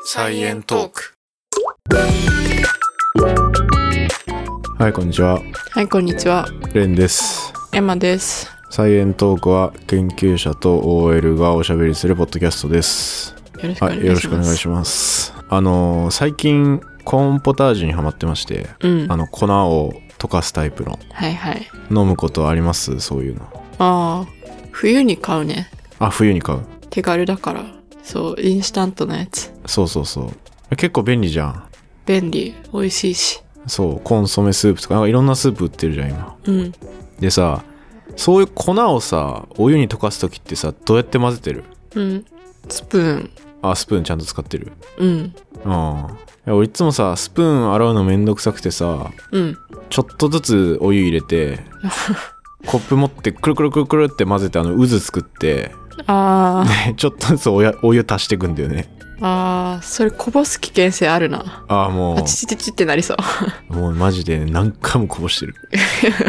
サイエントーク。はい、こんにちは。はい、こんにちは。レンです。エマです。サイエントークは研究者と OL がおしゃべりするポッドキャストです。よろしくおはい、願いします。よろしくお願いします。あのー最近、コーンポタージュにハマってまして、うんあ。の、粉を溶かすタイプの、はいはい。飲むことありますそういうの。ああ、冬に買うね。あ、冬に買う。手軽だから。そう、インスタントのやつ。そうそうそう。結構便利じゃん。便利。美味しいし。そう、コンソメスープとか、なんかいろんなスープ売ってるじゃん、今。うん。でさ、そういう粉をさ、お湯に溶かすときってさ、どうやって混ぜてるうん。スプーン。あ、スプーンちゃんと使ってるうん。ああ俺いつもさスプーン洗うのめんどくさくてさうん。ちょっとずつお湯入れ てコップ持ってくるくるくるくるって混ぜてあの渦作って ああ、ちょっとずつおやお湯足してくんだよねああ、それこぼす危険性あるな。ああもあちちちちってなりそう。うもうマジで何回もこぼしてる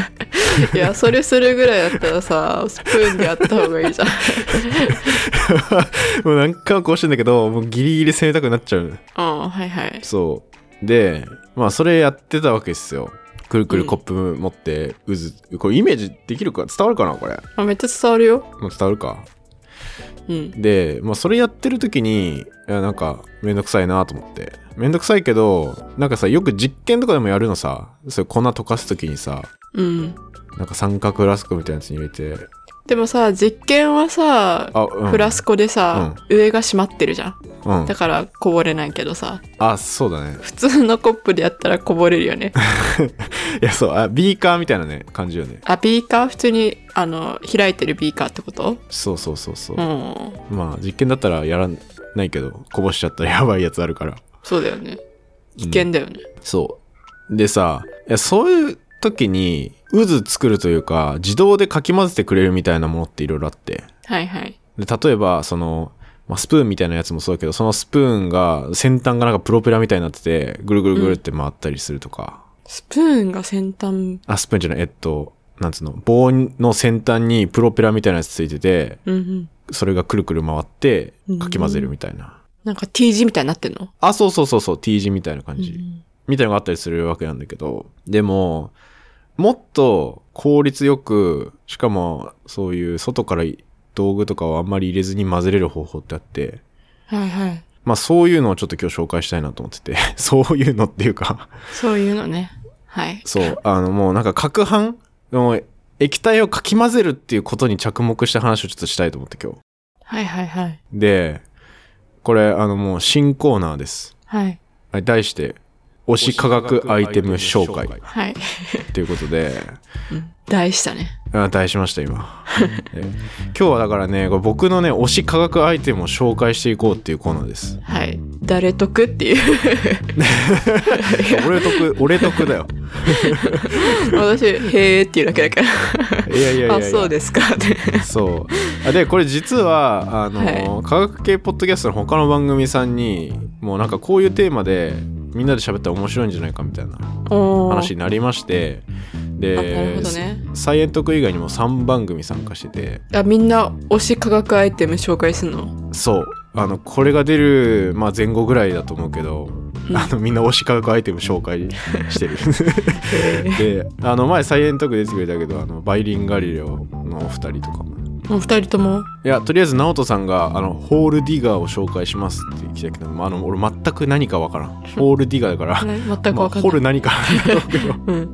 いや、それするぐらいだったらさ、スプーンでやった方がいいじゃん。もう何回もこぼしてんだけどもうギリギリ攻めたくなっちゃううん、はいはい。そうでまあそれやってたわけですよくるくるコップ持って渦、これイメージできるか伝わるかなこれあ、めっちゃ伝わるよ。もう伝わるかうん。で、まあ、それやってる時にいやなんかめんどくさいなと思ってめんどくさいけどなんかさよく実験とかでもやるのさそれ粉溶かす時にさうん。なんか三角フラスコみたいなやつに入れてでもさ、実験はさ、あ、うん、フラスコでさ、上が閉まってるじゃんうんだからこぼれないけどさあそうだね 普通のコップでやったらこぼれるよねいやそうあビーカーみたいなね感じよねあビーカー普通にあの開いてるビーカーってことそうそうそうそうう、んまあ実験だったらやらないけどこぼしちゃったらやばいやつあるからそうだよね危うん険だよねそうでさいやそういう時に渦作るというか自動でかき混ぜてくれるみたいなものっていろいろあってはいはいで例えばその、まあ、スプーンみたいなやつもそうだけどそのスプーンが先端がなんかプロペラみたいになっててぐるぐるぐるって回ったりするとか、スプーンが先端あスプーンじゃないえっとなんつうの棒の先端にプロペラみたいなやつついててうんうんそれがくるくる回ってうんかき混ぜるみたいな、なんか T 字みたいになってんの、あそうそうそうそう T 字みたいな感じ、うんみたいなのがあったりするわけなんだけどでももっと効率よくしかもそういう外から道具とかをあんまり入れずに混ぜれる方法ってあってはいはいまあそういうのをちょっと今日紹介したいなと思って て、そういうのっていうか、そういうのねはいそう、あのもうなんか攪拌の液体をかき混ぜるっていうことに着目した話をちょっとしたいと思って今日。はいはいはいで、これあのもう新コーナーです。はいはい題して、推し科学アイテム紹介はいということで、大したねあ題しました今。え今日はだからね、これ僕のね、推し科学アイテムを紹介していこうっていうコーナーです。はい誰得っていう 俺得、俺得だよ。私へーっていうだけだからいやいやいやいや。あそうですかってそうあでこれ実はあの、科学系ポッドキャストの他の番組さんにもうなんかこういうテーマでみんなで喋ったら面白いんじゃないかみたいなおー話になりましてで、あなるほどねサイエントク以外にも3番組参加しててあみんな推し科学アイテム紹介するのそうあのこれが出る、まあ、前後ぐらいだと思うけど、うんあのみんな推し科学アイテム紹介し てるであの前サイエントク出てくれたけどあのバイリンガリレオのお二人とかもお二人ともいやとりあえず直人さんがあのホールディガーを紹介しますって来たけど、まあ、あの俺全く何か わからんホールディガーだからね全くまあ分かんなホーい、ル何かうん、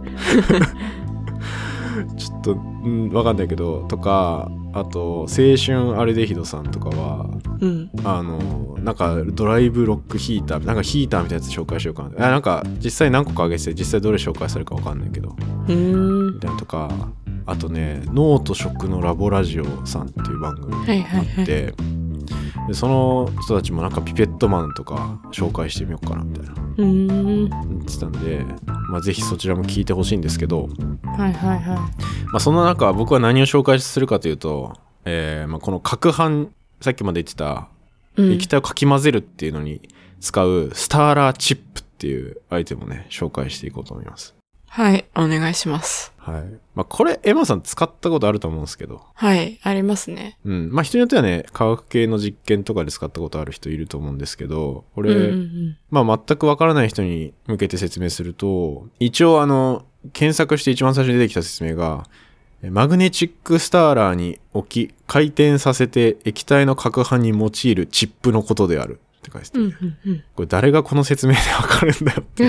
ちょっと、うん、わかんないけどとかあと青春アルデヒドさんとかはうん、あのなんかドライブロックヒーターなんかヒーターみたいなやつ紹介しようかなあなんか実際何個かあげてて実際どれ紹介するかわかんないけどうーんみたいなのとかあとね「脳と食のラボラジオ」さんっていう番組はいはいあはっいて、でその人たちもなんかピペットマンとか紹介してみようかなみたいなうーん言ってたんで、まあ、ぜひそちらも聞いてほしいんですけど、はいはいはまあ、その中僕は何を紹介するかというと、えーまあ、この攪拌さっきまで言ってたい、うん液体をかき混ぜるっていうのに使うスターラーチップっていうアイテムをね紹介していこうと思います。はい、お願いします。はい。まあ、これ、エマさん使ったことあると思うんですけど。はい、ありますね。うん。まあ、人によってはね、科学系の実験とかで使ったことある人いると思うんですけど、これ、うんうんうん、まあ、全くわからない人に向けて説明すると、一応あの、検索して一番最初に出てきた説明が、えマグネチックスターラーに置き、回転させて液体の攪拌に用いるチップのことである。って書いてて、うんうんうんこれ誰がこの説明でわかるんだよって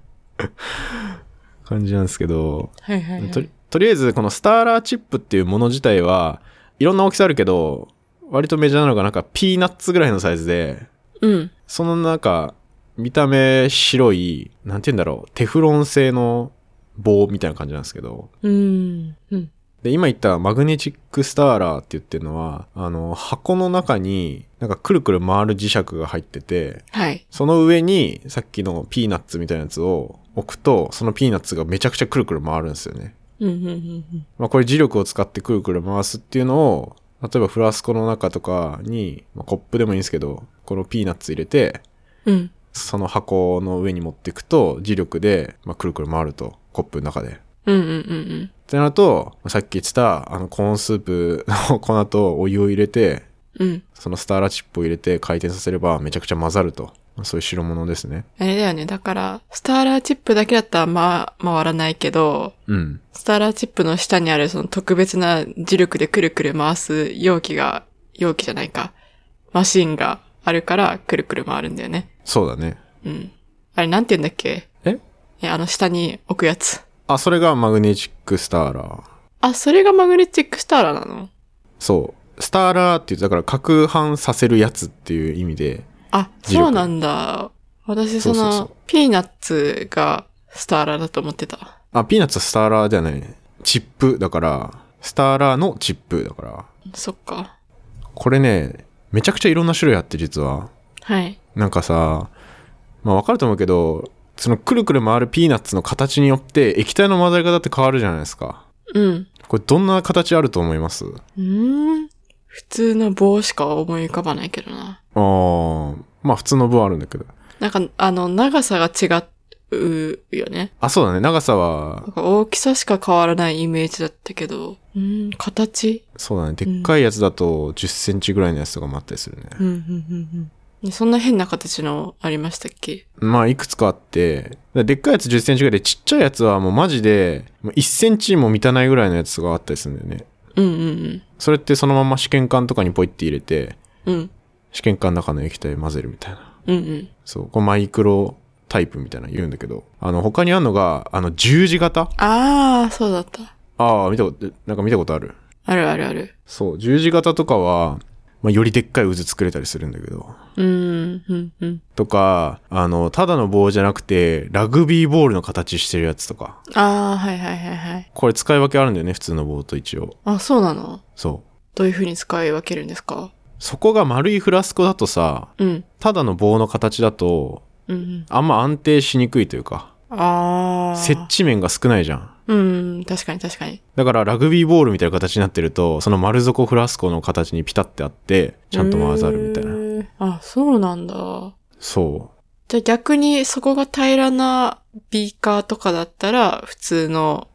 感じなんですけど、はいはい、はい。とりとりあえずこのスターラーチップっていうもの自体はいろんな大きさあるけど割とメジャーなのがなんかピーナッツぐらいのサイズでうん。その中見た目白いなんて言うんだろうテフロン製の棒みたいな感じなんですけどうん。うん。で今言ったマグネチックスターラーって言ってるのはあの箱の中になんかくるくる回る磁石が入っててはい。その上にさっきのピーナッツみたいなやつを置くとそのピーナッツがめちゃくちゃくるくる回るんですよねうんうんうんうん。まあ、これ磁力を使ってくるくる回すっていうのを、例えばフラスコの中とかに、まあ、コップでもいいんですけど、このピーナッツ入れて、うん。その箱の上に持っていくと、磁力で、まあ、くるくる回ると、コップの中で。っうんうんうんてなると、さっき言ってた、あの、コーンスープの 粉とお湯を入れて、うん。うん。そのスターラチップを入れて回転させればめちゃくちゃ混ざると。まあそういう代物ですね。あれだよね。だから、スターラーチップだけだったら、まあ、回らないけど、うん。スターラーチップの下にあるその特別な磁力でくるくる回す容器が、容器じゃないか。マシンがあるから、くるくる回るんだよね。そうだね。うん。あれ、なんて言うんだっけええ、あの下に置くやつ。あ、それがマグネチックスターラー。あ、それがマグネチックスターラーなのそう。スターラーって言うと、だから、攪拌させるやつっていう意味で、あ、磁力そうなんだ。私、その、そうそうそうピーナッツがスターラーだと思ってた。あ、ピーナッツはスターラーじゃないね。チップだから、スターラーのチップだから。そっか。これね、めちゃくちゃいろんな種類あって、実は。はい。なんかさ、まあわかると思うけど、そのくるくる回るピーナッツの形によって液体の混ざり方って変わるじゃないですか。うん。これどんな形あると思いますうーん。普通の棒しか思い浮かばないけどな。あー、まあ普通の分あるんだけど。なんか、あの、長さが違うよね。あ、そうだね。長さはなん、か大きさしか変わらないイメージだったけど。うーん、形そうだね。でっかいやつだと10センチぐらいのやつとかもあったりするね。うん、うん、うん。そんな変な形のありましたっけまあ、いくつかあって、でっかいやつ10センチぐらいで、ちっちゃいやつはもうマジで、もう1センチも満たないぐらいのやつがあったりするんだよね。うん、うん、それってそのまま試験管とかにポイって入れて、うん。うん、試験管の中の液体混ぜるみたいな。うん、うん。そう、これマイクロタイプみたいなの言うんだけど、あの、他にあるのが、あの、十字型あー、そうだった。ああ、見たこと、なんか見たことある。あるあるある。そう、十字型とかは、まあ、よりでっかい渦作れたりするんだけど。うーん、うん、うん。とか、あの、ただの棒じゃなくて、ラグビーボールの形してるやつとか。ああ、はいはいはいはい。これ使い分けあるんだよね、普通の棒と一応。あ、そうなのそう。どういう風に使い分けるんですかそこが丸いフラスコだとさ、うん。ただの棒の形だと、うんうん。あんま安定しにくいというか、ああ。接地面が少ないじゃん。うん、確かに確かに。だからラグビーボールみたいな形になってると、その丸底フラスコの形にピタってあって、ちゃんと回ざるみたいな。な。あ、そうなんだ。そじゃあ逆にそこが平らなビーカーとかだったら、普通の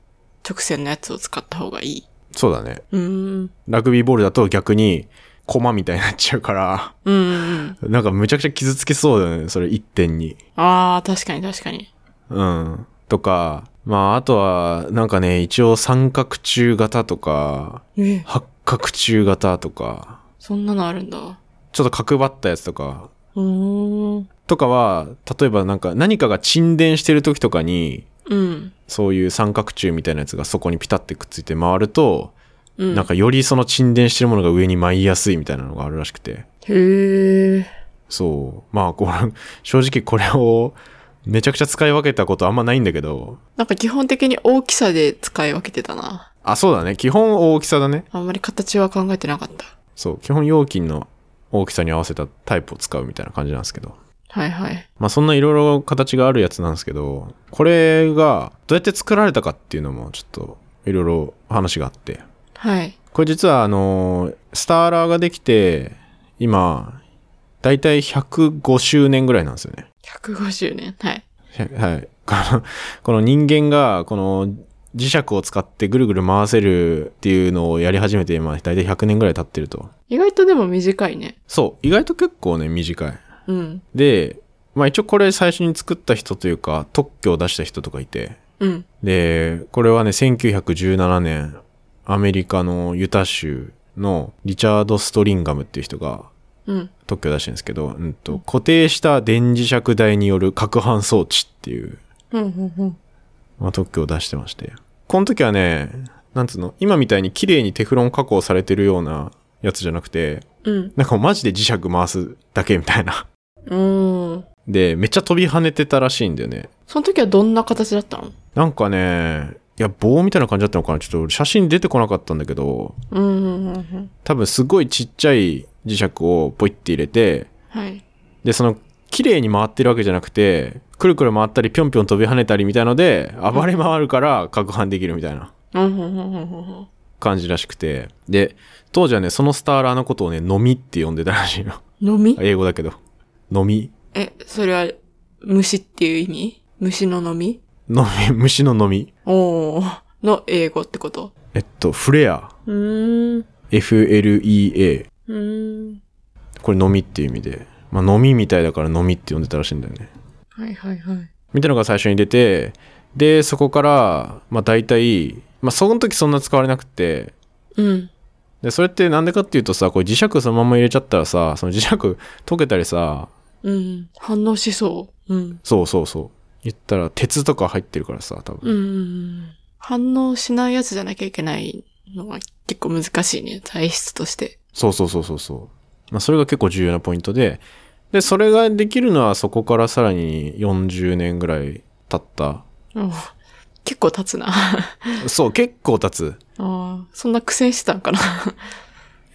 直線のやつを使った方がいい。う。そうだね。うーん。ラグビーボールだと逆に、コマみたいになっちゃうから、うんうんうん。なんかむちゃくちゃ傷つけそうだよね、それ1点に。ああ、確かに確かに。うん。とか、まああとは、なんかね、一応三角柱型とか、え、八角柱型とか、そんなのあるんだ。ちょっと角張ったやつとか、うーん。とかは、例えばなんか何かが沈殿してる時とかに、うん。そういう三角柱みたいなやつがそこにピタってくっついて回ると、うん。なんかよりその沈殿してるものが上に舞いやすいみたいなのがあるらしくて。へえ。そう。 まあこれ、正直これをめちゃくちゃ使い分けたことあんまないんだけど、なんか基本的に大きさで使い分けてたな。あ、そうだね。基本大きさだね。あんまり形は考えてなかった。そう。基本容器の大きさに合わせたタイプを使うみたいな感じなんですけど。はいはい。まあそんないろいろ形があるやつなんですけど、これがどうやって作られたかっていうのもちょっといろいろ話があって。はい。これ実はあの、スターラーができて、今、だいたい105周年ぐらいなんですよね。 150年。はい。ひゃはい。この、この人間が、この磁石を使ってぐるぐる回せるっていうのをやり始めて、まあ、大体100年ぐらい経ってると。意外とでも短いね。そう、意外と結構ね、短い。うん。で、まあ一応これ最初に作った人というか、特許を出した人とかいて、うん。で、これはね、1917年、アメリカのユタ州のリチャード・ストリンガムっていう人がうん。特許を出してるんですけど、うんと、固定した電磁石台による攪拌装置っていう、うん。うん。まあ、特許を出してまして。この時はね、なんつうの、今みたいに綺麗にテフロン加工されてるようなやつじゃなくて、うん。なんかもうマジで磁石回すだけみたいな。 うん。うん。で、めっちゃ飛び跳ねてたらしいんだよね。その時はどんな形だったのなんかね、いや、棒みたいな感じだったのかなちょっと俺写真出てこなかったんだけど、うん。うんうん。うん。多分すごいちっちゃい磁石をポイって入れて、はい。で、その、綺麗に回ってるわけじゃなくて、くるくる回ったり、ぴょんぴょん飛び跳ねたりみたいので、暴れ回るから、攪拌できるみたいなうん。うん。うんうんうん。感じらしくて。で、当時はね、そのスターラーのことをね、飲みって呼んでたらしいの。のみ英語だけど。飲み。え、それは、虫っていう意味虫ののみ飲み、虫の飲み。おー。の英語ってことえっと、フレア。うーん。 F-L-E-A。うーん。これ飲みっていう意味で。まあ、飲みみたいだから飲みって呼んでたらしいんだよね。はいはいはい。みたいなのが最初に出て、で、そこから、まあ大体、まあその時そんな使われなくて、うん。で、それってなんでかっていうとさ、これ磁石そのまま入れちゃったらさ、その磁石 溶けたりさ、うん。反応しそう。うん。そうそうそう。言ったら鉄とか入ってるからさ、多分。うん。反応しないやつじゃなきゃいけないのは結構難しいね。体質として。そうそうそうそうそう。まあそれが結構重要なポイントで、で、それができるのはそこからさらに40年ぐらい経った。うん結構経つな。 あそう、結構経つ。ーそんな苦戦してたんかな。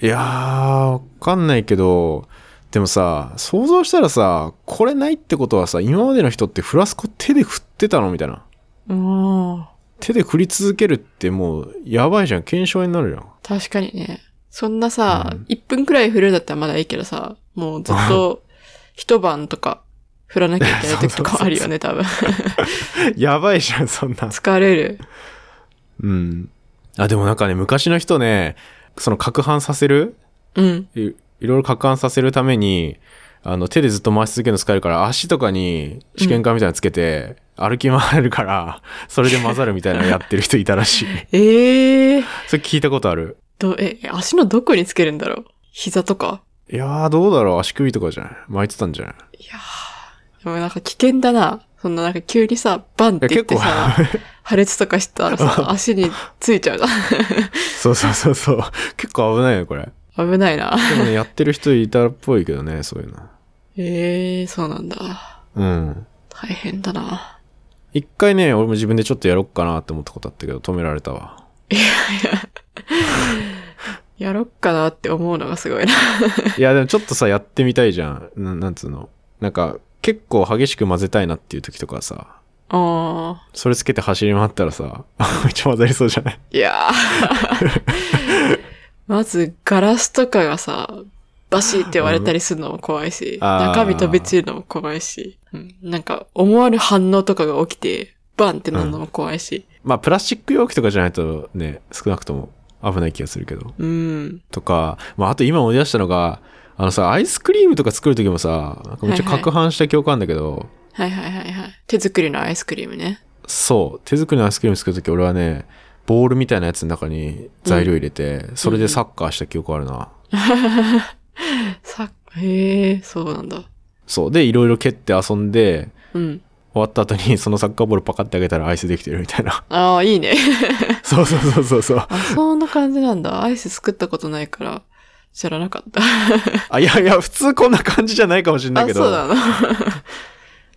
いやー、わかんないけど、でもさ、想像したらさ、これないってことはさ、今までの人ってフラスコ手で振ってたのみたいな。うん。手で振り続けるってもう、やばいじゃん。検証になるじゃん。確かにね。そんなさ、うん1分くらい振るんだったらまだいいけどさ、もうずっと一晩とか振らなきゃい けない時とかあるよね、多分。 やばいじゃん、そんな。疲れる。うん。あ、でもなんかね、昔の人ね、その、攪拌させるうん。いいろいろ攪拌させるために、あの、手でずっと回し続けるの使えるから、足とかに試験管みたいなのつけて、歩き回れるから、それで混ざるみたいなのやってる人いたらしい。 ええー。それ聞いたことある。ど、え、足のどこにつけるんだろう膝とかいやー、どうだろう足首とかじゃない巻いてたんじゃないいやーでもなんか危険だな。そんななんか急にさ、バンってい言やって結構、さ、破裂とかしたらさ、足についちゃうな。 そうそうそうそう。結構危ないね、これ。危ないな。でもね、やってる人いたっぽいけどね、そういうの。ええー、そうなんだ。うん。大変だな。一回ね、俺も自分でちょっとやろっかなって思ったことあったけど、止められたわ。 やろっかなって思うのがすごいな。 いや、でもちょっとさ、やってみたいじゃん。ななんつうの。なんか、結構激しく混ぜたいなっていう時とかさ、ああ。それつけて走り回ったらさ、 めっちゃ混ざりそうじゃないいや ーまず、ガラスとかがさ、バシって割れたりするのも怖いし、うんあー中身飛び散るのも怖いし、うん、なんか、思わぬ反応とかが起きて、バンってなるのも怖いし、まあ、プラスチック容器とかじゃないとね、少なくとも危ない気がするけど。うん。とか、まあ、あと今思い出したのが、あのさ、アイスクリームとか作る時もさ、なんかめっちゃはいはい攪拌した記憶あるんだけど、はいはいはいはい。手作りのアイスクリームね。そう、手作りのアイスクリーム作る時俺はね、ボールみたいなやつの中に材料入れて、それでサッカーした記憶あるな。さ、へえ、そうなんだ。そう、で、いろいろ蹴って遊んで、うん。終わった後に そのサッカーボールパカってあげたらアイスできてるみたい な。ああ、い いね。そうそうそうそうそう。あ、そんな感じなんだ。アイス作ったことないから、知らなかった。あ、いやいや、普通こんな感じじゃないかもしれないあ、けそうど、なの。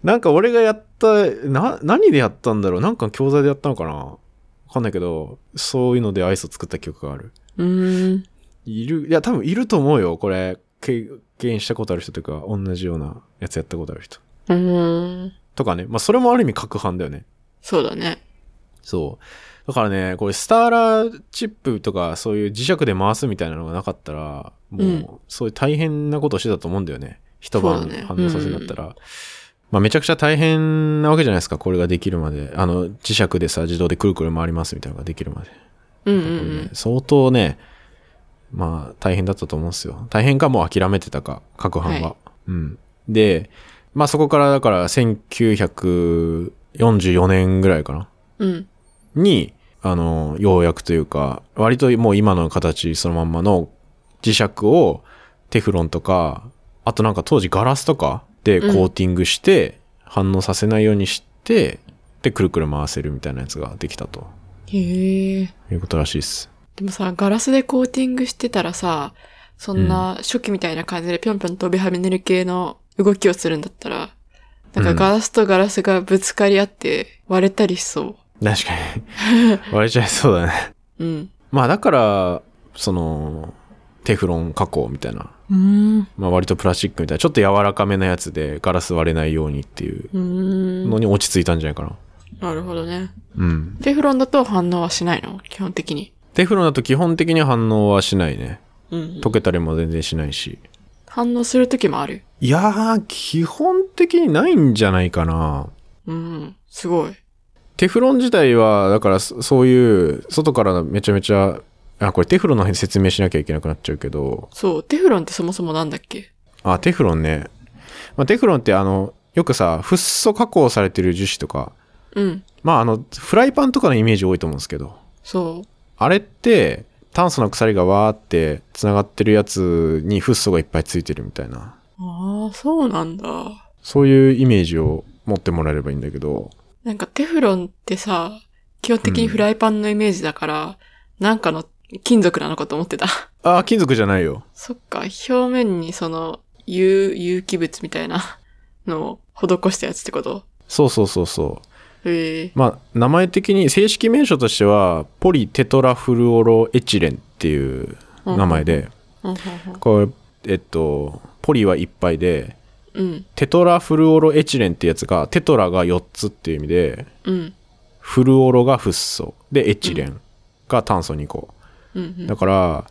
なんか俺がやった、な、何でやったんだろうなんかの教材でやったのかなわかんないけど、そういうのでアイスを作った記憶がある。うーん。いる、いや、多分いると思うよ。これ、経験したことある人というか、同じようなやつやったことある人。うーん。とかね。まあ、それもある意味、攪拌だよね。そうだね。そう。だからね、これ、スターラーチップとか、そういう磁石で回すみたいなのがなかったら、もうう、んそういう大変なことをしてたと思うんだよね。一そう晩だね反応させるんだったら。ままあ、めちゃくちゃ大変なわけじゃないですか、これができるまで。あの、磁石でさ、自動でくるくる回りますみたいなのができるまで。うんうんこうれねん。相当ね、まあ、大変だったと思うんですよ。大変かもう諦めてたか、各班は。はうん。で、まあそこからだから1944年ぐらいかな。うん。に、あの、ようやくというか、割ともう今の形そのまんまの磁石をテフロンとか、あとなんか当時ガラスとかでコーティングして、反応させないようにして、で、くるくる回せるみたいなやつができたとへえ。いうことらしいです。でもさ、ガラスでコーティングしてたらさ、そんな初期みたいな感じでぴょんぴょん飛び跳ねる系の動きをするんだったら、なんうかんガラスとガラスがぶつかり合って割れたりしそ確かに。割れちゃいそうだね。 う。うん。まあだから、その、テフロン加工みたいな。うん。うまあ割とプラスチックみたいな、ちょっと柔らかめなやつでガラス割れないようにっていうーん。のに落ち着いたんじゃないかな。なるほどね。うん。テフロンだと反応はしないの基本的に。テフロンだと基本的には反応はしないね。うん。溶けたりも全然しないし。反応するときもある。いやー、基本的にないんじゃないかな。うん。すごい。テフロン自体は、だからそそういう、外からめちゃめちゃ、あ、これテフロンの説明しなきゃいけなくなっちゃうけど、そう。テフロンってそもそもなんだっけあ、テフロンね。まあ、テフロンってあの、よくさ、フッ素加工されてる樹脂とか、うん。まああの、フライパンとかのイメージ多いと思うんですけど、そあれって、炭素の鎖がわーって繋がってるやつにフッ素がいっぱいついてるみたいな。う。ああ、そうなんだ。そういうイメージを持ってもらえればいいんだけど、なんかテフロンってさ、基本的にフライパンのイメージだから、なんかの金属なのかと思ってた。 ああ、金属じゃないよ。そっか、表面にその、有、有機物みたいなのを施したやつってことそうそうそうそう。へえ。まあ、名前的に、正式名称としては、ポリテトラフルオロエチレンっていう名前で、うんこれ、えっと、ポリはいっぱいで、うんうん。テトラフルオロエチレンってやつが、テトラが4つっていう意味で、うん。うん。フルオロがフッ素、で、エチレンが炭素2個。うんうん。だから、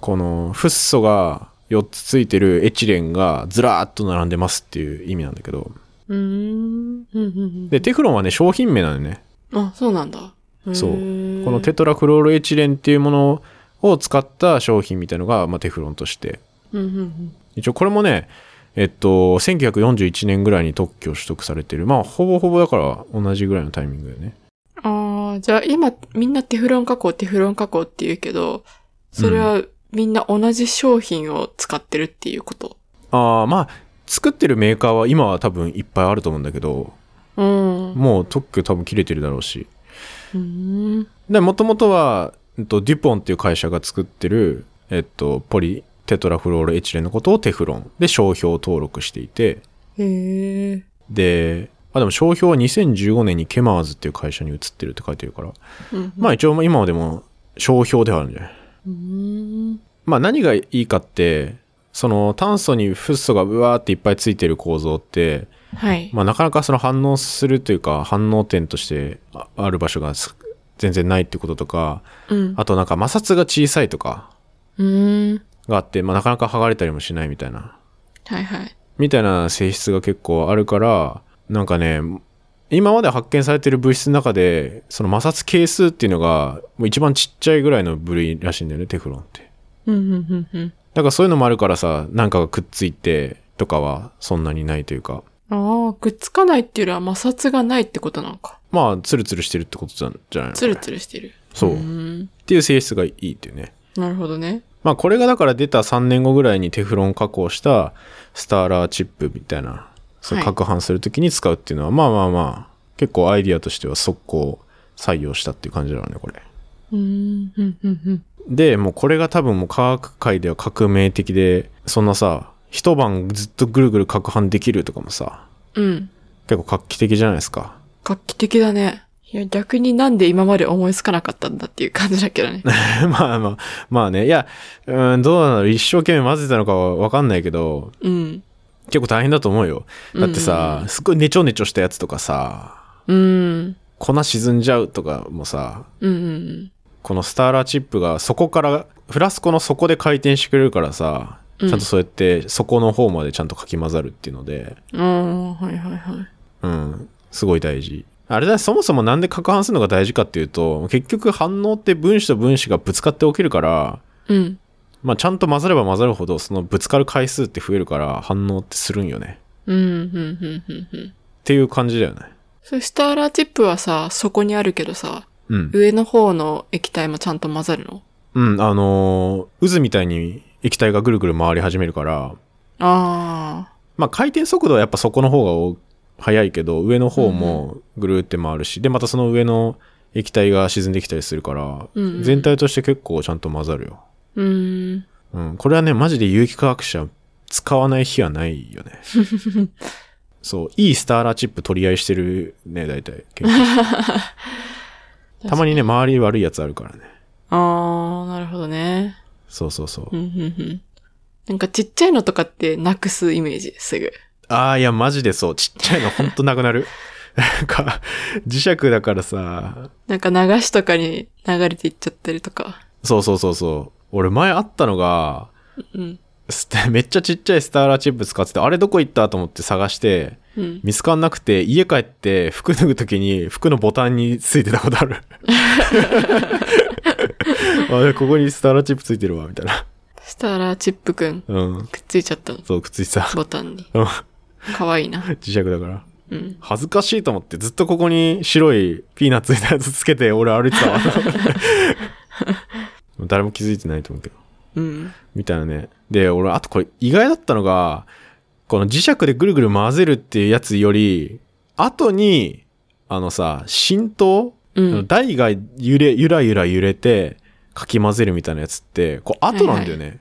この、フッ素が4つついてるエチレンがずらーっと並んでますっていう意味なんだけど、うーん。うんうんで、テフロンはね、商品名なんでね。うん。あ、そうなんだ。そうへーこのテトラクロールエチレンっていうものを使った商品みたいのが、まあ、テフロンとして。うんうんうん。一応これもね、えっと、1941年ぐらいに特許取得されてる。まあ、ほぼほぼだから同じぐらいのタイミングだよね。ああ、じゃあ今みんなテフロン加工、テフロン加工って言うけど、それはみんな同じ商品を使ってるっていうこと。ああ、まあ、作ってるメーカーは今は多分いっぱいあると思うんだけど、うん。うもう特許多分切れてるだろうし。ーん。で、もともとは、えっと、デュポンっていう会社が作ってる、えっと、ポリテトラフロールエチレンのことをテフロンで商標登録していて、へえ。で、あ、でも商標は2015年にケマーズっていう会社に移ってるって書いてるから、うん。まあ一応今はでも商標ではあるんじゃないうーん。まあ何がいいかって、その炭素にフッ素がうわーっていっぱいついてる構造って、はい。まあなかなかその反応するというか反応点としてあある場所がす全然ないってこととか、うん。あとなんか摩擦が小さいとかうーん。があって、まあなかなか剥がれたりもしないみたいなはいはい。みたいな性質が結構あるから、なんかね、今まで発見されてる物質の中で、その摩擦係数っていうのが、もう一番ちっちゃいぐらいの部類らしいんだよね、テフロンって。うんうんうんだからそういうのもあるからさ、なんかがくっついてとかはそんなにないというか、うん。ああ、くっつかないっていうよりは摩擦がないってことなのか。まあ、ツルツルしてるってことじゃじゃないのツルツルしてる。そう。うっーん。ていう性質がいいっていうね。なるほどね。まあ、これがだから出た3年後ぐらいにテフロン加工したスターラーチップみたいな、そうはい攪拌するときに使うっていうのは、まあまあまあ、結構アイディアとしては速攻採用したっていう感じだろうね、これ。うーん。うんうんうん。で、もうこれが多分もう科学界では革命的で、そんなさ、一晩ずっとぐるぐる攪拌できるとかもさ、うん。結構画期的じゃないですか。 画期的だね。いや、逆になんで今まで思いつかなかったんだっていう感じだけどね。まあまあ、まあね。いや、うん、どうなの一生懸命混ぜたのかはわかんないけど、うん。結構大変だと思うよ。だうってんうんさ、すっごいネチョネチョしたやつとかさ、うん。粉沈んじゃうとかもさうんうんこのスターラーチップがそこからフラスコの底で回転してくれるからさうんちゃんとそうやって底の方までちゃんとかき混ざるっていうので、ああ、はいはいはい。うん、すごい大事。あれだ、そもそもなんで攪拌するのが大事かっていうと、結局反応って分子と分子がぶつかって起きるから、うん。まあちゃんと混ざれば混ざるほど、そのぶつかる回数って増えるから反応ってするんよね。うん、うん、うん、うん、うん。っていう感じだよね。そしたらチップはさ、そこにあるけどさ、うん。上の方の液体もちゃんと混ざるのうん、あのー渦みたいに液体がぐるぐる回り始めるから、ああ、まあ回転速度はやっぱそこの方がお速いけど、上の方もぐるって回るし、で、またその上の液体が沈んできたりするから、うんうん全体として結構ちゃんと混ざるよ。うーん。うん、これはね、マジで有機化学者使わない日はない よね。そう、いいスターラーチップ取り合いしてるね、大 体。研究者たまにね、周り悪いやつあるからね。ああ、なるほどね。そうそうそう。うん、うん、うん。なんかちっちゃいのとかってなくすイメージ、すぐ。ああ、いや、マジでそう。ちっちゃいのほんとなくなる。なんか、磁石だからさ、なんか流しとかに流れていっちゃってるとか。そうそうそうそう。俺前あったのが、うん。スタ めっちゃちっちゃいスターラーチップ使ってて、あれどこ行ったと思って探して、うん。見つかんなくて、家帰って服脱ぐときに服のボタンについてたことある。あれ、ここにスターラーチップついてるわ、みたいな。そしたらチップくん、うん。くっついちゃったの。そう、くっついてた。ボタンに。うんかわいいな。磁石だから。うん。恥ずかしいと思ってずっとここに白いピーナッツみたいなやつつけて俺歩いてたわ 誰も気づいてないと思うけどうん。みたいなねで俺あとこれ意外だったのがこの磁石でぐるぐる混ぜるっていうやつより後にあのさ浸透、うん台が揺れゆらゆら揺れてかき混ぜるみたいなやつってこう後なんだよね、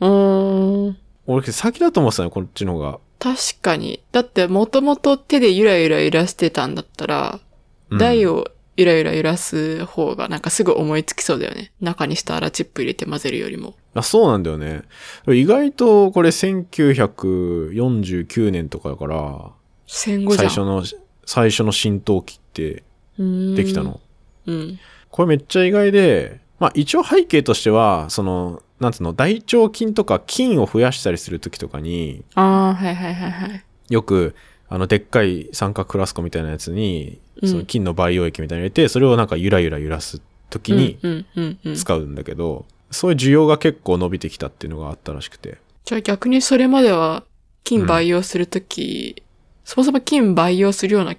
うーん。俺先だと思ってたのよこっちの方が、確かに。だって、もともと手でゆらゆら揺らしてたんだったら、うん台をゆらゆら揺らす方がなんかすぐ思いつきそうだよね。中にスターラチップ入れて混ぜるよりも。あそうなんだよね。意外とこれ1949年とかだから、戦後じゃ最ん。初の、最初の浸透期ってのできたの。。うん。これめっちゃ意外で、まあ一応背景としては、その、なんつうの、大腸菌とか菌を増やしたりする時とかに、ああ、はいはいはいはい。よく、あの、でっかい酸化クラスコみたいなやつに、うんその菌の培養液みたいなの入れて、それをなんかゆらゆら揺らす時にうんうんうんうん。使うんだけど、そういう需要が結構伸びてきたっていうのがあったらしくて。じゃあ逆にそれまでは、金培養するとき、そもそも金培養するような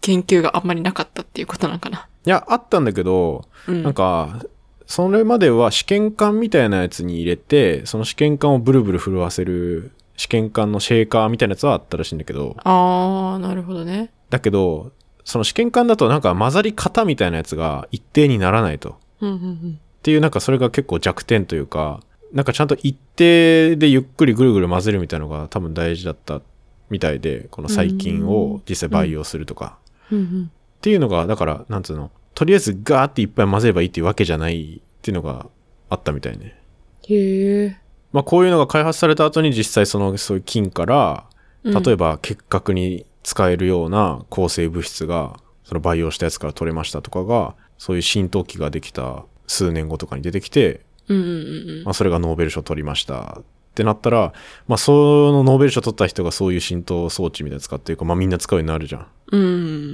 研究があんまりなかったっていうことなんかな。いや、あったんだけど、うん。なんか、それまでは試験管みたいなやつに入れて、その試験管をブルブル震わせる試験管のシェーカーみたいなやつはあったらしいんだけど、ああ、なるほどね。だけど、その試験管だとなんか混ざり方みたいなやつが一定にならないと。っうんうんうん。ていうなんかそれが結構弱点というか、なんかちゃんと一定でゆっくりぐるぐる混ぜるみたいなのが多分大事だったみたいで、この細菌を実際培養するとか。うんうん。っていうのが、だから、なんつうの、とりあえずガーっていっぱい混ぜればいいっていうわけじゃないっていうのがあったみたいね。へえ。まあ、こういうのが開発された後に実際その、そういう菌から、うん例えば結核に使えるような抗生物質が、その培養したやつから取れましたとかが、そういう浸透器ができた数年後とかに出てきて、うんうんうんうん。まあ、それがノーベル賞取りましたってなったら、まあ、そのノーベル賞取った人がそういう浸透装置みたいなの使ってるから、まあ、みんな使うようになるじゃん。うんう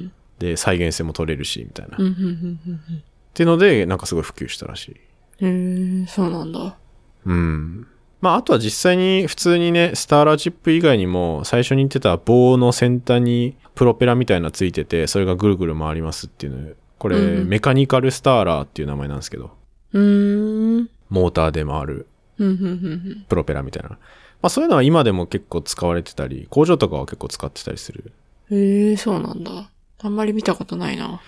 んで、再現性も取れるし、みたいな。うん。うっんうんうんていうので、なんかすごい普及したらしい。うん。へえ、そうなんだ。うん。まあ、あとは実際に普通にね、スターラーチップ以外にも、最初に言ってた棒の先端にプロペラみたいなついてて、それがぐるぐる回りますっていうの。これ、うんメカニカルスターラーっていう名前なんですけど、うーん。モーターで回るうんうんうんプロペラみたいな。まあ、そういうのは今でも結構使われてたり、工場とかは結構使ってたりする。うん。へえ、そうなんだ。あんまり見たことないな。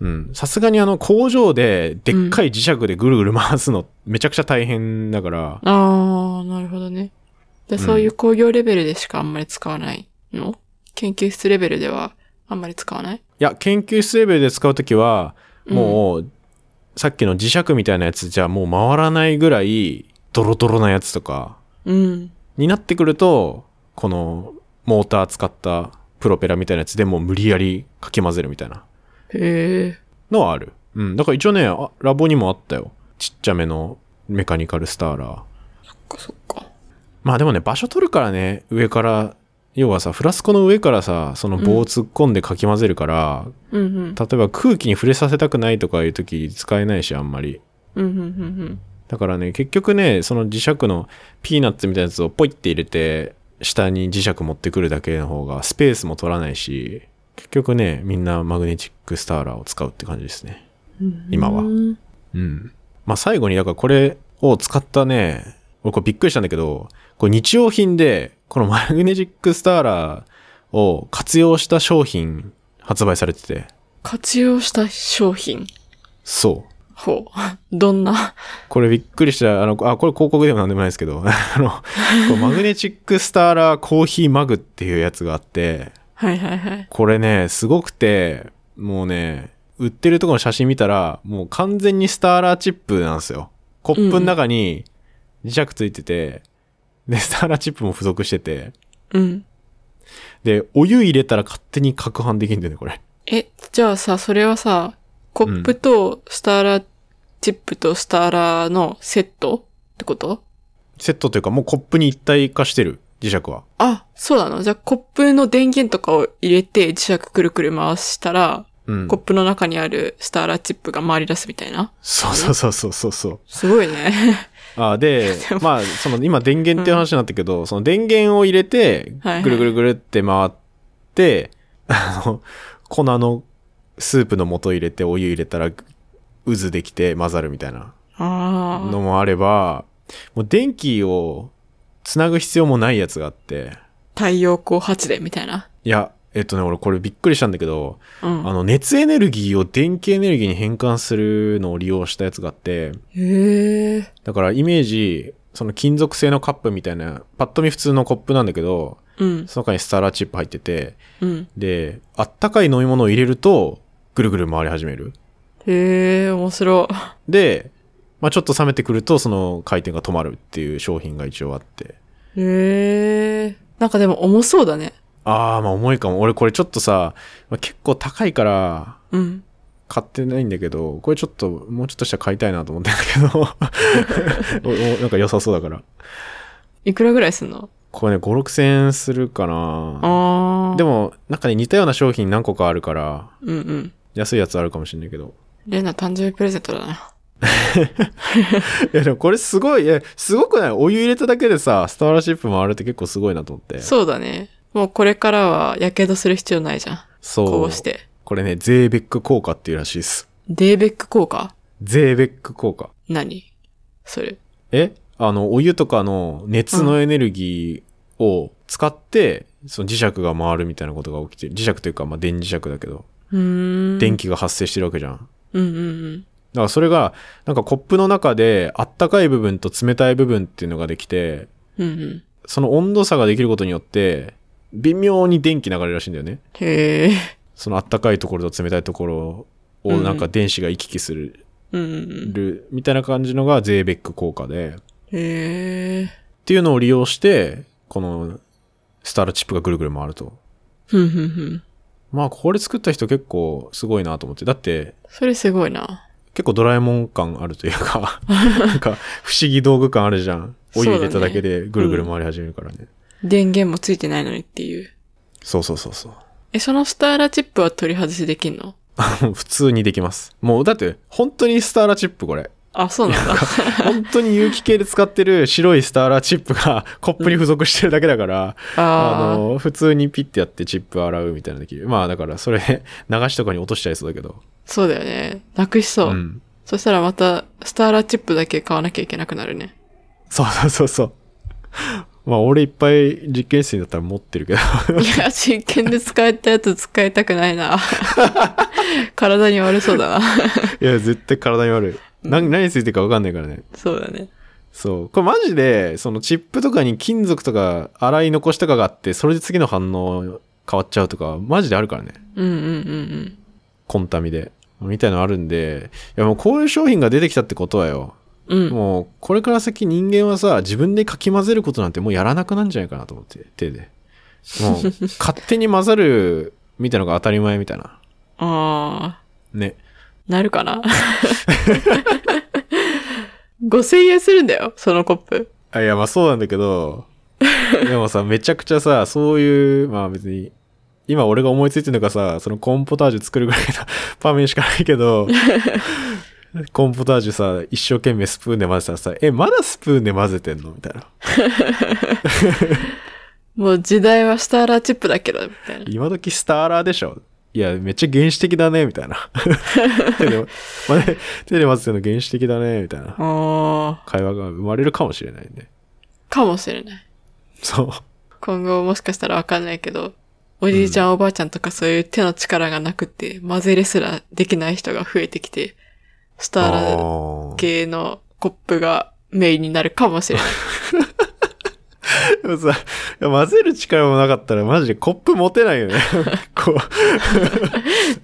うん。さすがにあの工場ででっかい磁石でぐるぐる回すのめちゃくちゃ大変だから、ああ、なるほどね。で、んそういう工業レベルでしかあんまり使わないの研究室レベルではあんまり使わないいや、研究室レベルで使うときは、もう、さっきの磁石みたいなやつじゃもう回らないぐらい、ドロドロなやつとか、うん。になってくると、この、モーター使ったプロペラみたいなやつでもう無理やりかき混ぜるみたいなへえ。のはある。うん。だから一応ね、あラボにもあったよ。ちっちゃめのメカニカルスターラー。そっかそっか。まあでもね、場所取るからね、上から、要はさ、フラスコの上からさ、その棒を突っ込んでかき混ぜるから、うんうん。例えば空気に触れさせたくないとかいう時使えないし、あんまり。うんうんうんだからね、結局ね、その磁石のピーナッツみたいなやつをポイって入れて、下に磁石持ってくるだけの方がスペースも取らないし、結局ね、みんなマグネチックスターラーを使うって感じですね。うん。今はうんうん。まあ最後に、だからこれを使ったね、俺これびっくりしたんだけど、これ日用品で、このマグネチックスターラーを活用した商品発売されてて、活用した商品。そう。ほう。どんな。 これびっくりした。あの、あ、これ広告でもなんでもないですけど、 あの、こうマグネチックスターラーコーヒーマグっていうやつがあって、はいはいはい。これね、すごくて、もうね、売ってるとこの写真見たら、もう完全にスターラーチップなんですよ。コップの中に磁石ついてて、で、スターラーチップも付属してて、うん。で、お湯入れたら勝手に攪拌できるんだよね、これ。え、じゃあさ、それはさ、コップとスターラーチップとスターラーのセットってことセットというかもうコップに一体化してる、磁石は。あ、そうなのじゃあコップの電源とかを入れて磁石くるくる回したら、うんコッ。プの中にあるスターラーチップが回り出すみたいな。そうそうそうそうそうそう。すごい ね。あ ででもまあその今電源っていう話になったけど、その電源を入れてはいはいぐるぐるぐるって回って、あの 粉のスープの素入れてお湯入れたら渦できて混ざるみたいなあのあ。もあればもう電気をつなぐ必要もないやつがあって太陽光発電みたいな。いやえっとね俺これびっくりしたんだけど、うん。あの熱エネルギーを電気エネルギーに変換するのを利用したやつがあってへえ。だからイメージ、その金属製のカップみたいな、パッと見普通のコップなんだけど、うん。その中にスターラーチップ入ってて、うん。で、あったかい飲み物を入れると、ぐるぐる回り始める。へえ、面白い。で、まあちょっと冷めてくると、その回転が止まるっていう商品が一応あって。へえ。なんかでも重そうだね。あー、まあ重いかも。俺これちょっとさ、まあ、結構高いから、うん。買ってないんだけど、これちょっと、もうちょっとしたら買いたいなと思ってんだけど、お おなんか良さそうだから。いくらぐらいすんのこれね、5、6千円するかなああ。でも。も、なんかね、似たような商品何個かあるから、うんうん。安いやつあるかもしれないけど。 レナ誕生日プレゼントだな。いや、でもこれすごい、いや、すごくないお湯入れただけでさ、スターラーシップ回るって結構すごいなと思って。そうだね。もうこれからは火傷する必要ないじゃん。そう。こうして。これね、ゼーベック効果っていうらしいです。デーベック効果ゼーベック効果。何それ。えあの、お湯とかの熱のエネルギーを使って、その磁石が回るみたいなことが起きてる。磁石というか、まあ、電磁石だけど、うーん。電気が発生してるわけじゃん。うんうんうん。だからそれが、なんかコップの中で、あったかい部分と冷たい部分っていうのができて、うんうん。その温度差ができることによって、微妙に電気流れるらしいんだよね。へえ。そのあったかいところと冷たいところをうんなんか電子が行き来する、うんうん。みたいな感じのがゼーベック効果で、っへえ。ていうのを利用して、このスターラチップがぐるぐる回ると。ふんふんふん。まあこれ作った人結構すごいなと思って。だってそれすごいな。結構ドラえもん感あるという か、なんか不思議道具感あるじゃん。お湯入れただけでぐるぐる回り始めるからね。電源もついてないのにっていう。そうそうそうそう。え、そのスターラチップは取り外しできんの 普通にできます。もうだって本当にスターラチップこれ。あ、そうなんだ。本当に有機系で使ってる白いスターラーチップがコップに付属してるだけだから、あああ。の、普通にピッてやってチップ洗うみたいなのできる。まあだからそれ 流しとかに落としちゃいそうだけど。そうだよね。なくしそう。ん。そしたらまた、スターラチップだけ買わなきゃいけなくなるね。そうそうそうそう。まあ俺いっぱい実験室にだったら持ってるけど。 いや、実験で使えたやつ使いたくない な。体に悪そうだな。いや、絶対体に悪い。何、何についてるか分かんないからね。そうだね。そう。これマジで、そのチップとかに金属とか洗い残しとかがあって、それで次の反応変わっちゃうとか、マジであるからね。うんうんうんコンタミで。みたいのあるんで、いやもうこういう商品が出てきたってことはよ。うん。うん。もうこれから先人間はさ、自分でかき混ぜることなんてもうやらなくなんじゃないかなと思って、手で。もう勝手に混ざるみたいのが当たり前みたいな。ああ。ね。なるかな ?5000 円するんだよ、そのコップ。あいやまあそうなんだけど、でもさ、めちゃくちゃさ、そういう、まあ別に、今俺が思いついてるのがさ、そのコーンポタージュ作るぐらいの 場面しかないけど、コーンポタージュさ、一生懸命スプーンで混ぜたらさ、え、まだスプーンで混ぜてんのみたいな。もう時代はスターラーチップだけど、みたいな。今時スターラーでしょいや、めっちゃ原始的だね、みたいな。手で、まね手で混ぜてるの原始的だね、みたいな。おー、会話が生まれるかもしれないね。かもしれない。そう。今後もしかしたらわかんないけど、おじいちゃん、おばあちゃんとかそういう手の力がなくて、混ぜれすらできない人が増えてきて、スターラーあー系のコップがメインになるかもしれない。 でもさ、いや混ぜる力もなかったらマジでコップ持てないよね。こ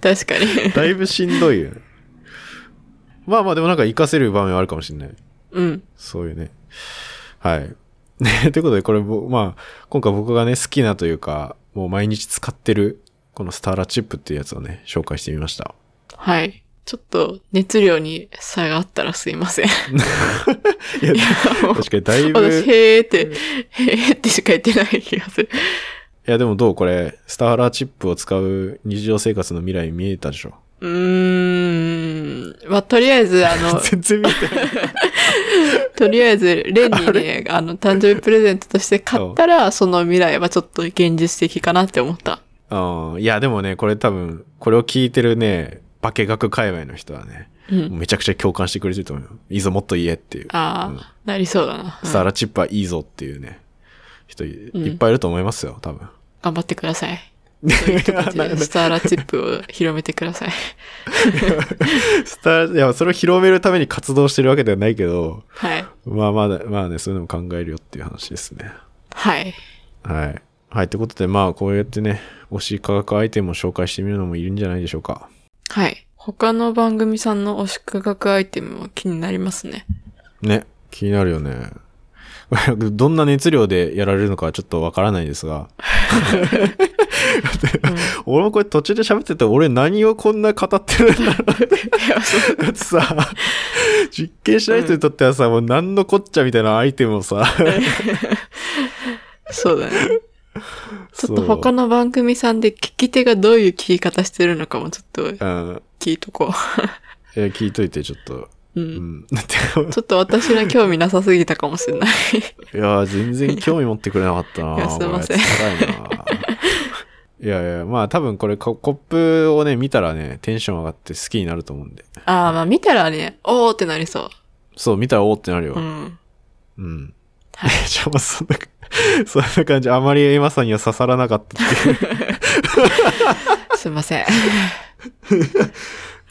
確 かに。う、だいぶしんどいよね。まあまあでもなんか活かせる場面はあるかもしれない。うん。そういうね。はい。 ね、ということでこれぼ、まあ、今回僕がね、好きなというか、もう毎日使ってる、このスターラチップっていうやつをね、紹介してみました。 はい。ちょっと熱量に差があったらすいません。いいや、や、もう確かにだいぶ、 私、いへーって、へーってしか言ってない気がする。やでもどうこれ、スターラチップを使う日常生活の未来見えたでしょ、うーん。まあ、とりあえず、あの 全然見えてない。とりあえず、レンにね、あの、誕生日プレゼントとして買ったら、その未来はちょっと現実的かなって思った。ああ、いや、でもね、これ多分、これを聞いてるね、化学界隈の人はね、うん。めちゃくちゃ共感してくれてると思うよ。いいぞ、もっと言えっていう。ああ、うんなりそうだな、うんスターラチップはいいぞっていうね、人いうんいっぱいいると思いますよ、多分。頑張ってください。 なんかスターラチップを広めてください。 スター、いや、それを広めるために活動してるわけではないけど、はい。まあまあだ、まあね、そういうのも考えるよっていう話ですね。はい。はい。はい、ということで、まあ、こうやってね、推し科学アイテムを紹介してみるのもいるんじゃないでしょうか。はい。他の番組さんの推し価格アイテムも気になりますね。ね、気になるよね。 どんな熱量でやられるのかはちょっとわからないですが。 俺もこれ途中で喋ってて、俺何をこんな語ってるんだいろやそううってさ、実験しない人にとってはさ、もう何のこっちゃみたいなアイテムをさ、そうだね。ちょっと他の、の番組さんで聞き手がどういう聞き方してるのかもちょっとうん、聞いとこえ聞いといてちょっと、う。う。うんん。でちょっと私の興味なさすぎたかもしれない。もいや、全然興味持ってくれなかったな。いやすいませんこれ辛いな。いやいや、まあ多分これココップをね、見たらね、テンション上がって好きになると思うんで。 ああ、まあ見たらね、おーってなりそそう、見たらおーってなるよ。う。うん。うん。 じゃあまあそんな、そんな 感じ。あまりエマさんには刺さらなかったっていう。すいません。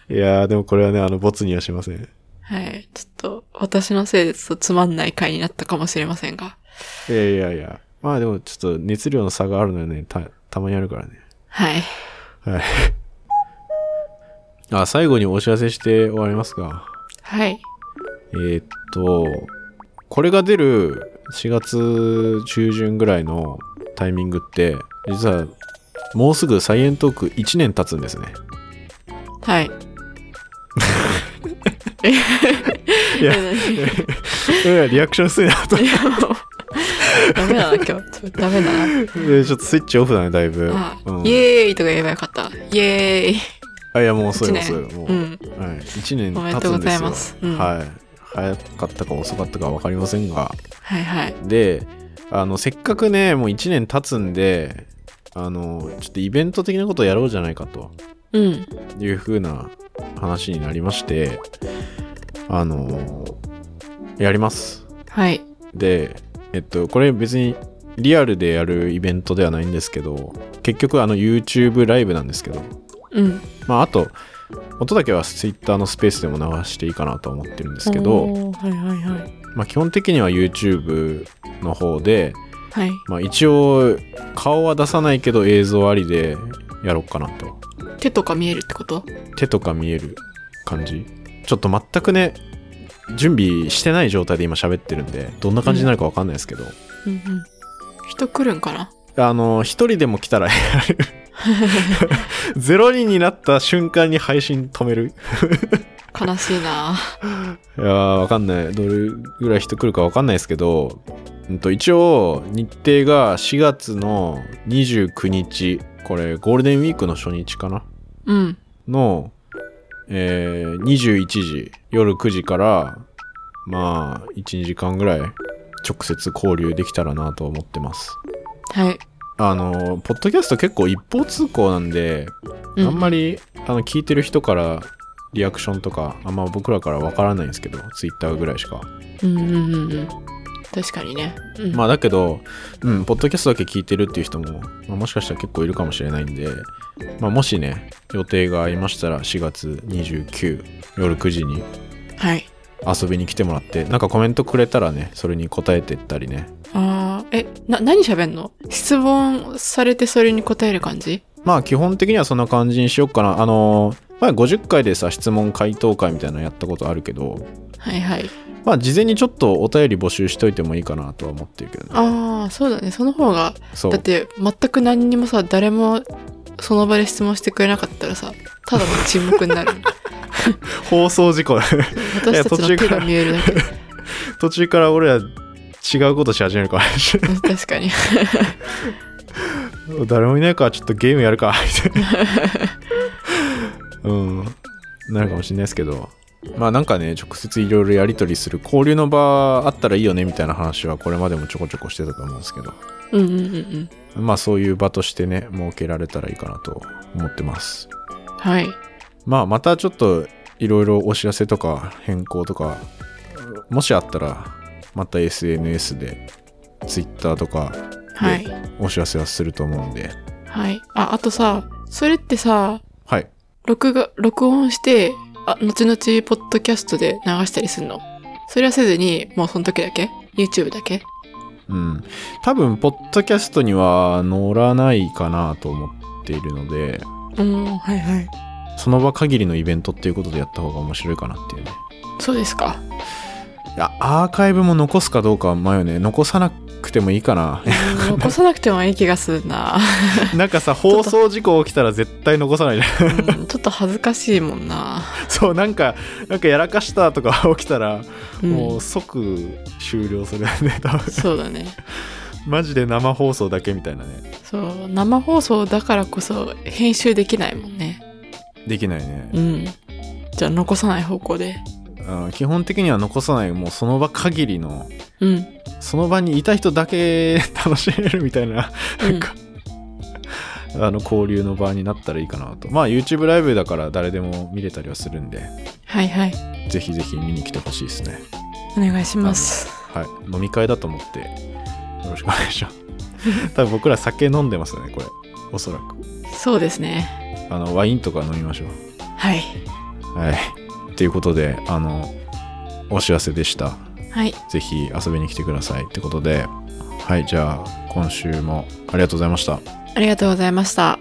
いやー、でもこれはね、あの、ボツにはしません。 はい。ちょっと、私のせいでちょっとつまんない回になったかもしれませんが。いやいやいや。まあでも、ちょっと熱量の差があるのよね。た、たまにあるからね。はい。はい。 あ、最後にお知らせして終わりますか。はい。えーっと、これが出る4月中旬ぐらいのタイミングって、実は、もうすぐサイエントーク1年経つんで すね。はい。 い やえ何うんリアクション薄いな といやもうダメだな、今日。ちょっとダメだな。でちょっとスイッチオフだね、だいぶ。あうん、イエーイとか言えばよかった。イエーイ。あいや、もう遅い一よ年遅いよもう、うん。はい。1年おめで経とうつごんでざすいよ。ます。うん。はいはい。早かったか遅かったか分かりませんが。はい。で、あの、せっかくね、もう1年経つんで、あの、ちょっとイベント的なことをやろうじゃないかとうん。いうふうな話になりまして、あの、やります。はい。で、えっと、これ別にリアルでやるイベントではないんですけど、結局あの YouTube ライブなんですけど、うん。まあ、あと、音だけは Twitter のスペースでも流していいかなと思ってるんですけど、おー。はいはいはい。まあ、基本的には YouTube の方で、はい。まあ、一応、顔は出さないけど映像ありでやろうかなと。手とか見えるってこと手とか見える感じ。ちょっと全くね、準備してない状態で今喋ってるんで、どんな感じになるかわかんないですけど、うんうん。人来るんかなあの、一人でも来たら やる。ゼロ人になった瞬間に配信止める。悲しいないやーわかんないどれぐらい人来るかわかんないですけど、うん、と一応日程が4月の29日これゴールデンウィークの初日かなうん。の、えー21時夜9時からまあ12時間ぐらい直接交流できたらなと思ってますはい。あのポッドキャスト結構一方通行なんでうあんま。りあの聞いてる人からリアクションとかあんま僕らからわからないんですけどツイッターぐらいしかうんうんうんうん。確かにね。うん、まあだけど、うん、ポッドキャストだけ聞いてるっていう人も、まあ、もしかしたら結構いるかもしれないんで、まあ、もしね予定がありましたら4月29夜9時にはい。遊びに来てもらってなんかコメントくれたらねそれに答えてったりねああ、え、な、何喋んの質問されてそれに答える感じまあ基本的にはそんな感じにしよっかなあのー前50回でさ質問回答会みたいなのやったことあるけどはいはい。まあ事前にちょっとお便り募集しといてもいいかなとは思ってるけどねああ、そうだね。その方が、そうだって全く何にもさ、誰もその場で質問してくれなかったらさ、ただの沈黙に なる。放送事故 私たちの手が見えるだけで。途中から俺ら違うことし始めるから確かに。誰もいないからちょっとゲームやる かみたいなうんなるかもしれないですけどまあなんかね直接いろいろやり取りする交流の場あったらいいよねみたいな話はこれまでもちょこちょこしてたと思うんですけど うんうんうんうん。まあそういう場としてね設けられたらいいかなと思ってますはい。まあまたちょっといろいろお知らせとか変更とかもしあったらまた SNS で Twitter とかはい。お知らせはすると思うんではい。あ、あとさ、それってさ、はい録画、録音して、あ、後々、ポッドキャストで流したりするのそれはせずに、もうその時だけ ?YouTube だけうん。多分、ポッドキャストには乗らないかなと思っているので、うん、はいはい。その場限りのイベントっていうことでやった方が面白いかなっていうね。そうですか。 いや、アーカイブも残すかどうかは迷うね。残さなくてもいいかな。 うん残さなくてもいい気がする な。なんかさ、放送事故起きたら絶対残さないじゃん。うんちょっと恥ずかしいもんな。そう、なん か、なんかやらかしたとか起きたら、うんもう即終了するよね。 多分そうだね。マジで生放送だけみたいなね。そう、生放送だからこそ編集できないもんね。できないね。うん。じゃあ残さない方向で。うん基本的には残さない、もうその場限りのうん。その場にいた人だけ 楽しめるみたいな、うんなんか、あの、交流の場になったらいいかなと。まあ、YouTube ライブだから誰でも見れたりはするんで、はいはい。ぜひぜひ見に来てほしいですね。お願いします。はい。飲み会だと思って、よろしくお願いします。多分僕ら酒飲んでますよね、これ。おそらく。そうですね。あの、ワインとか飲みましょう。はい。はい。ということで、あの、お知らせでした。はい。ぜひ遊びに来てください。ってことで、はい、じゃあ、今週もありがとうございました。ありがとうございました。